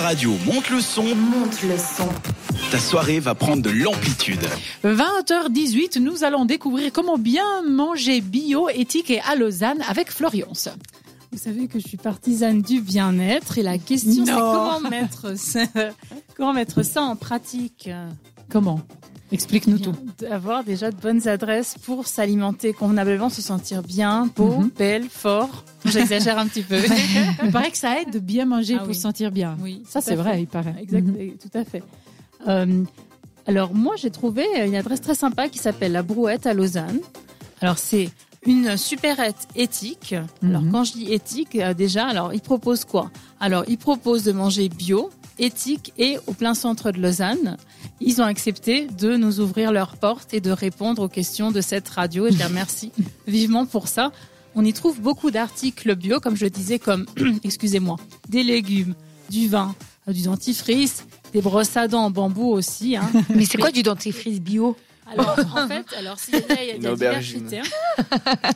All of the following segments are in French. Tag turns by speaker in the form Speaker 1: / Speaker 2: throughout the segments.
Speaker 1: radio monte le son,
Speaker 2: Monte le son.
Speaker 1: ta soirée va prendre de l'amplitude.
Speaker 3: 20h18, nous allons découvrir comment bien manger bio, éthique et à Lausanne avec Florian.
Speaker 4: Vous savez que je suis partisane du bien-être et la question c'est
Speaker 3: Non.
Speaker 4: comment mettre ça, comment mettre ça en pratique.
Speaker 3: Comment Explique-nous
Speaker 4: Bien,
Speaker 3: tout.
Speaker 4: D'avoir déjà de bonnes adresses pour s'alimenter convenablement, se sentir bien, beau,
Speaker 3: Mhm.
Speaker 4: belle, fort. J'exagère un petit peu.
Speaker 3: Il paraît que ça aide de bien manger
Speaker 4: Ah
Speaker 3: pour
Speaker 4: oui.
Speaker 3: se sentir bien.
Speaker 4: oui,
Speaker 3: Ça, c'est vrai, il paraît.
Speaker 4: Exact,
Speaker 3: Mhm.
Speaker 4: tout à fait. Euh, alors moi, j'ai trouvé une adresse très sympa qui s'appelle La Brouette à Lausanne. Alors c'est une supérette éthique. Alors
Speaker 3: Mhm.
Speaker 4: quand je dis éthique, euh, déjà, alors ils proposent quoi Alors ils proposent de manger bio, éthique et au plein centre de Lausanne. Ils ont accepté de nous ouvrir leurs portes et de répondre aux questions de cette radio. Et je les remercie vivement pour ça. On y trouve beaucoup d'articles bio, comme je le disais, comme, excusez-moi, des légumes, du vin, euh, du dentifrice, des brosses à dents en bambou aussi. hein.
Speaker 5: Mais c'est quoi du dentifrice bio
Speaker 4: Alors, en fait, alors, si déjà, il y a, il y a
Speaker 6: Une
Speaker 4: divers
Speaker 6: aubergine.
Speaker 4: critères.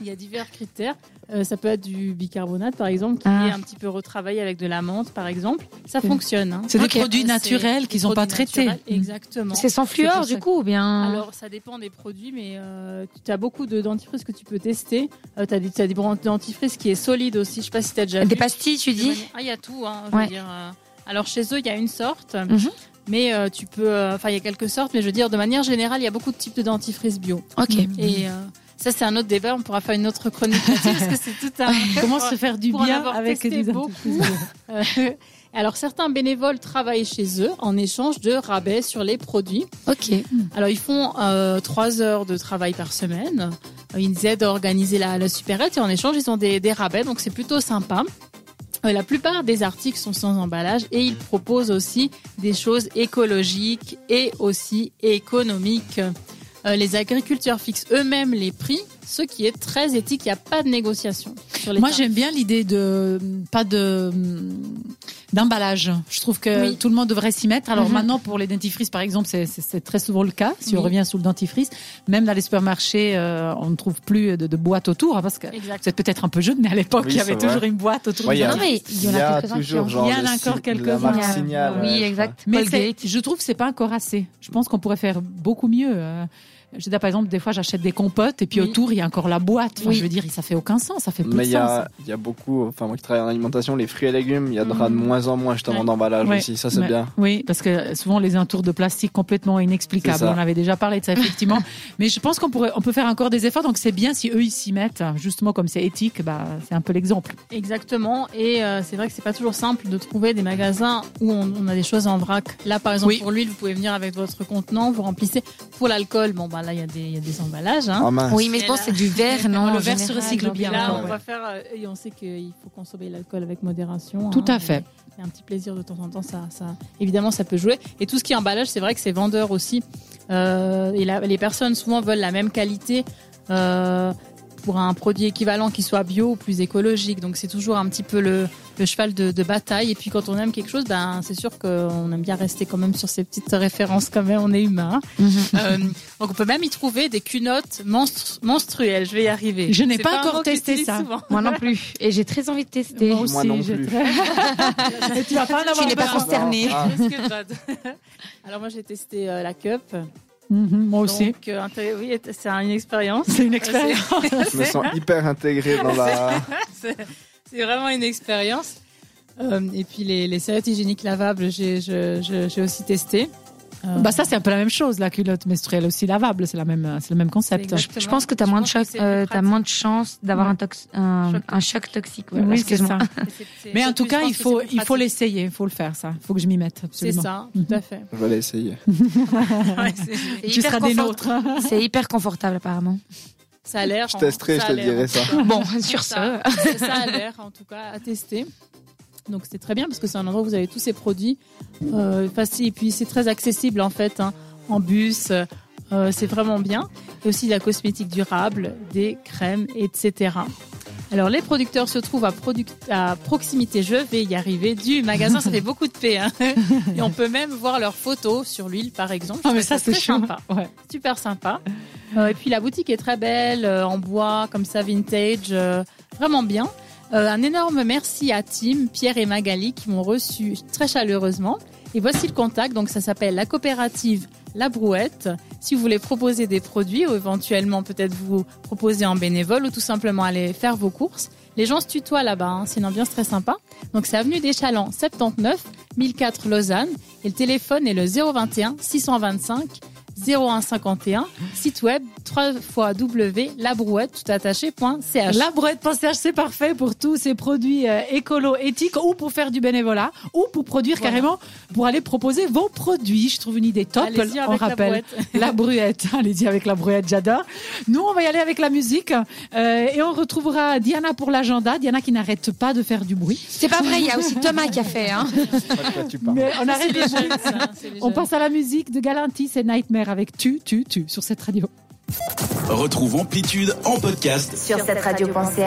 Speaker 4: Il y a divers critères. Euh, ça peut être du bicarbonate, par exemple, qui
Speaker 5: Ah.
Speaker 4: est un petit peu retravaillé avec de la menthe, par exemple. Ça
Speaker 3: Ok.
Speaker 4: fonctionne. hein.
Speaker 3: C'est des
Speaker 4: Ok.
Speaker 3: produits
Speaker 4: C'est
Speaker 3: naturels qu'ils
Speaker 4: des
Speaker 3: n'ont pas
Speaker 4: produits
Speaker 3: traités.
Speaker 4: naturels, Exactement.
Speaker 5: C'est sans
Speaker 3: pour
Speaker 5: fluor
Speaker 3: ça
Speaker 5: du coup ou bien
Speaker 4: Alors, ça dépend des produits, mais euh, tu as beaucoup de dentifrice que tu peux tester. tu as, des t'as des brands de dentifrice qui est solide aussi. Je sais pas si tu as déjà
Speaker 5: Des
Speaker 4: vu.
Speaker 5: pastilles, tu dis
Speaker 4: Ah, il y a tout. hein, je veux
Speaker 5: Ouais.
Speaker 4: dire, euh, alors, chez eux, il y a une sorte,
Speaker 5: Mhm.
Speaker 4: mais euh, tu peux. euh, Enfin, il y a quelques sortes, mais je veux dire, de manière générale, il y a beaucoup de types de dentifrice bio.
Speaker 5: Ok.
Speaker 4: Et euh, ça, c'est un autre débat. On pourra faire une autre chronique là-dessus, parce que c'est tout un.
Speaker 3: Comment se faire du
Speaker 4: Pour en
Speaker 3: bien
Speaker 4: avoir
Speaker 3: avec
Speaker 4: testé
Speaker 3: des
Speaker 4: beaucoup. Euh, Alors, certains bénévoles travaillent chez eux en échange de rabais sur les produits.
Speaker 5: Ok.
Speaker 4: Alors, ils font euh, trois heures de travail par semaine. Euh, Ils aident à organiser la, la superette et en échange, ils ont des, des rabais, donc c'est plutôt sympa. Euh, La plupart des articles sont sans emballage et ils proposent aussi des choses écologiques et aussi économiques. Euh, les agriculteurs fixent eux-mêmes les prix, ce qui est très éthique. Il n'y a pas de négociation sur les
Speaker 3: Moi,
Speaker 4: tarifs.
Speaker 3: j'aime bien l'idée de pas de d'emballage. Je trouve que
Speaker 4: Oui.
Speaker 3: tout le monde devrait s'y mettre. Alors
Speaker 5: Mhm.
Speaker 3: maintenant, pour les dentifrices, par exemple, c'est- c'est c'est très souvent le cas. Si on
Speaker 4: Oui.
Speaker 3: revient sous le dentifrice, même dans les supermarchés, euh, on ne trouve plus de, de boîte autour hein, parce que
Speaker 4: Exact.
Speaker 3: vous êtes peut-être un peu jeune, mais à l'époque,
Speaker 6: Oui,
Speaker 3: il y avait
Speaker 6: c'est
Speaker 3: toujours
Speaker 6: vrai.
Speaker 3: une boîte autour.
Speaker 6: Ouais,
Speaker 3: du
Speaker 6: il y a-
Speaker 5: Non mais il y en
Speaker 6: Il y
Speaker 5: a
Speaker 6: a
Speaker 5: quelques-uns qui
Speaker 6: toujours
Speaker 5: ont.
Speaker 6: genre
Speaker 3: Il y en a
Speaker 6: le
Speaker 3: encore
Speaker 6: signe- la
Speaker 3: quelques-uns.
Speaker 6: marque
Speaker 5: Il y a-
Speaker 6: Signal, ouais,
Speaker 5: oui,
Speaker 6: je
Speaker 5: exact.
Speaker 3: Mais
Speaker 5: Colgate.
Speaker 3: c'est- je trouve que c'est pas encore assez. Je pense qu'on pourrait faire beaucoup mieux. Euh, Je dis, par exemple, des fois, j'achète des compotes et puis
Speaker 4: Oui.
Speaker 3: autour, il y a encore la boîte. Enfin,
Speaker 5: Oui.
Speaker 3: Je veux dire, ça fait aucun sens. Ça fait plus
Speaker 6: Mais
Speaker 3: de
Speaker 6: il y,
Speaker 3: sens.
Speaker 6: a, il y a beaucoup, enfin moi qui travaille en alimentation, les fruits et légumes, il y a de,
Speaker 4: Mhm.
Speaker 6: de moins en moins justement
Speaker 4: Ouais.
Speaker 6: d'emballage
Speaker 3: Ouais.
Speaker 6: aussi, ça c'est
Speaker 3: Ouais.
Speaker 6: bien.
Speaker 3: Oui, parce que souvent les entours de plastique complètement inexplicables.
Speaker 6: C'est ça.
Speaker 3: On avait déjà parlé de ça effectivement, mais je pense qu'on pourrait, on peut faire encore des efforts. Donc c'est bien si eux ils s'y mettent. Justement, comme c'est éthique, bah c'est un peu l'exemple.
Speaker 4: Exactement. Et euh, c'est vrai que c'est pas toujours simple de trouver des magasins où on, on a des choses en vrac. Là, par exemple,
Speaker 3: Oui.
Speaker 4: pour l'huile, vous pouvez venir avec votre contenant, vous remplissez. Pour l'alcool, bon, bah là, il y, a des- il y a des emballages. hein.
Speaker 6: Ah mince.
Speaker 5: Oui, mais je pense que c'est du verre, non
Speaker 3: Le
Speaker 5: en
Speaker 3: verre se
Speaker 5: général,
Speaker 3: recycle
Speaker 5: genre,
Speaker 3: bien,
Speaker 5: là,
Speaker 4: Là,
Speaker 6: ouais.
Speaker 4: on va faire. euh, Et on sait qu'il faut consommer l'alcool avec modération.
Speaker 3: Tout
Speaker 4: hein,
Speaker 3: à fait.
Speaker 4: mais C'est un petit plaisir de temps en temps. Ça, ça, évidemment, ça peut jouer. Et tout ce qui est emballage, c'est vrai que c'est vendeur aussi. Euh, et la- les personnes souvent veulent la même qualité. euh, pour un produit équivalent qui soit bio ou plus écologique. Donc c'est toujours un petit peu le, le cheval de, de bataille. Et puis quand on aime quelque chose, ben c'est sûr qu'on aime bien rester quand même sur ces petites références quand même. On est humain.
Speaker 5: Mhm.
Speaker 4: Euh, donc on peut même y trouver des culottes menstru- menstruelles. Je vais y arriver.
Speaker 3: Je n'ai
Speaker 4: C'est
Speaker 3: pas
Speaker 4: un
Speaker 3: encore
Speaker 4: mot que
Speaker 3: testé
Speaker 4: j'utilise
Speaker 3: ça.
Speaker 4: souvent.
Speaker 5: Moi non plus. Et j'ai très envie de tester.
Speaker 6: aussi, Moi non j'ai plus.
Speaker 3: Et tu vas pas en
Speaker 5: Tu
Speaker 3: avoir
Speaker 5: n'es pas
Speaker 3: peur.
Speaker 5: concerné.
Speaker 6: Ah.
Speaker 4: Qu'est-ce que Todd Alors moi j'ai testé euh, la cup.
Speaker 3: Mhm, moi aussi.
Speaker 4: Donc, euh, inté- oui, c'est un- une expérience. Euh,
Speaker 3: C'est une expérience.
Speaker 6: Je me sens hyper intégré dans la.
Speaker 4: C'est c'est vraiment une expérience. Euh, et puis les, les serviettes hygiéniques lavables, j'ai je- je- j'ai aussi testé. Euh,
Speaker 3: Bah ça c'est un peu la même chose. La culotte menstruelle aussi lavable, c'est la même, c'est le même concept.
Speaker 4: C'est exact.
Speaker 5: Je pense que t'as moins de
Speaker 4: Je pense
Speaker 5: choc,
Speaker 4: que c'est
Speaker 5: euh,
Speaker 4: plus
Speaker 5: t'as moins de chances d'avoir un, tox- un,
Speaker 4: Choc
Speaker 5: un choc toxique. voilà,
Speaker 3: Oui, c'est
Speaker 5: excuse-moi.
Speaker 3: ça.
Speaker 4: c'est- c'est-
Speaker 3: Mais en
Speaker 4: c'est
Speaker 3: tout
Speaker 4: plus,
Speaker 3: cas,
Speaker 4: je pense
Speaker 3: il
Speaker 4: que
Speaker 3: faut,
Speaker 4: c'est plus
Speaker 3: il faut
Speaker 4: pratique.
Speaker 3: l'essayer, il faut le faire ça. Il faut que je m'y mette
Speaker 4: C'est
Speaker 3: absolument. Mhm.
Speaker 4: ça, tout à fait.
Speaker 6: Je vais aller essayer.
Speaker 4: Ouais, c'est-
Speaker 5: C'est
Speaker 3: Tu
Speaker 5: hyper
Speaker 3: seras des
Speaker 5: confort-
Speaker 3: nôtres.
Speaker 5: C'est hyper confortable apparemment.
Speaker 4: ça a l'air.
Speaker 6: Je testerai, je
Speaker 4: ça a
Speaker 6: te
Speaker 4: l'air.
Speaker 6: dirai ça.
Speaker 5: Bon, sur
Speaker 4: Ça,
Speaker 5: ça.
Speaker 4: ça a l'air, en tout cas, à tester. Donc c'est très bien parce que c'est un endroit où vous avez tous ces produits euh, faciles et puis c'est très accessible en fait hein, en bus. euh, c'est vraiment bien. Et aussi de la cosmétique durable, des crèmes, etc. Alors les producteurs se trouvent à, produc- à proximité, je vais y arriver, du magasin. Ça fait beaucoup de paix. hein. Et on peut même voir leurs photos sur l'huile par exemple.
Speaker 3: Ah mais ça c'est
Speaker 4: très
Speaker 3: chaud.
Speaker 4: sympa
Speaker 3: Ouais.
Speaker 4: super sympa. Euh, et puis la boutique est très belle, euh, en bois, comme ça, vintage, euh, vraiment bien. Euh, un énorme merci à Tim, Pierre et Magali qui m'ont reçu très chaleureusement. Et voici le contact. Donc, ça s'appelle la coopérative La Brouette. Si vous voulez proposer des produits ou éventuellement peut-être vous proposer en bénévole ou tout simplement aller faire vos courses, les gens se tutoient là-bas. hein. C'est une ambiance très sympa. Donc, c'est avenue des Chalands, 79 1004 Lausanne. Et le téléphone est le 021 625 0151. Site web 3 fois W, labrouette, tout attaché, point CH.
Speaker 3: La brouette.ch, c'est parfait pour tous ces produits euh, écolo, éthiques, ou pour faire du bénévolat, ou pour produire
Speaker 4: Voilà.
Speaker 3: carrément, pour aller proposer vos produits. Je trouve une idée top.
Speaker 4: Allez-y
Speaker 3: on
Speaker 4: avec la
Speaker 3: rappelle
Speaker 4: brouette.
Speaker 3: la brouette. Allez-y avec la brouette, j'adore. Nous, on va y aller avec la musique euh, et on retrouvera Diana pour l'agenda. Diana qui n'arrête pas de faire du bruit.
Speaker 5: C'est pas vrai, il y a aussi Thomas qui a fait. Hein.
Speaker 6: Je sais pas de quoi tu parles.
Speaker 3: Mais on
Speaker 4: C'est
Speaker 3: arrête
Speaker 4: les
Speaker 3: le bruit.
Speaker 4: jeunes, ça, Hein, c'est les
Speaker 3: On
Speaker 4: jeunes.
Speaker 3: passe à la musique de Galantis et Nightmare avec Tu, Tu, Tu sur cette radio.
Speaker 1: Retrouve Amplitude en podcast
Speaker 2: Sur cette radio pensée.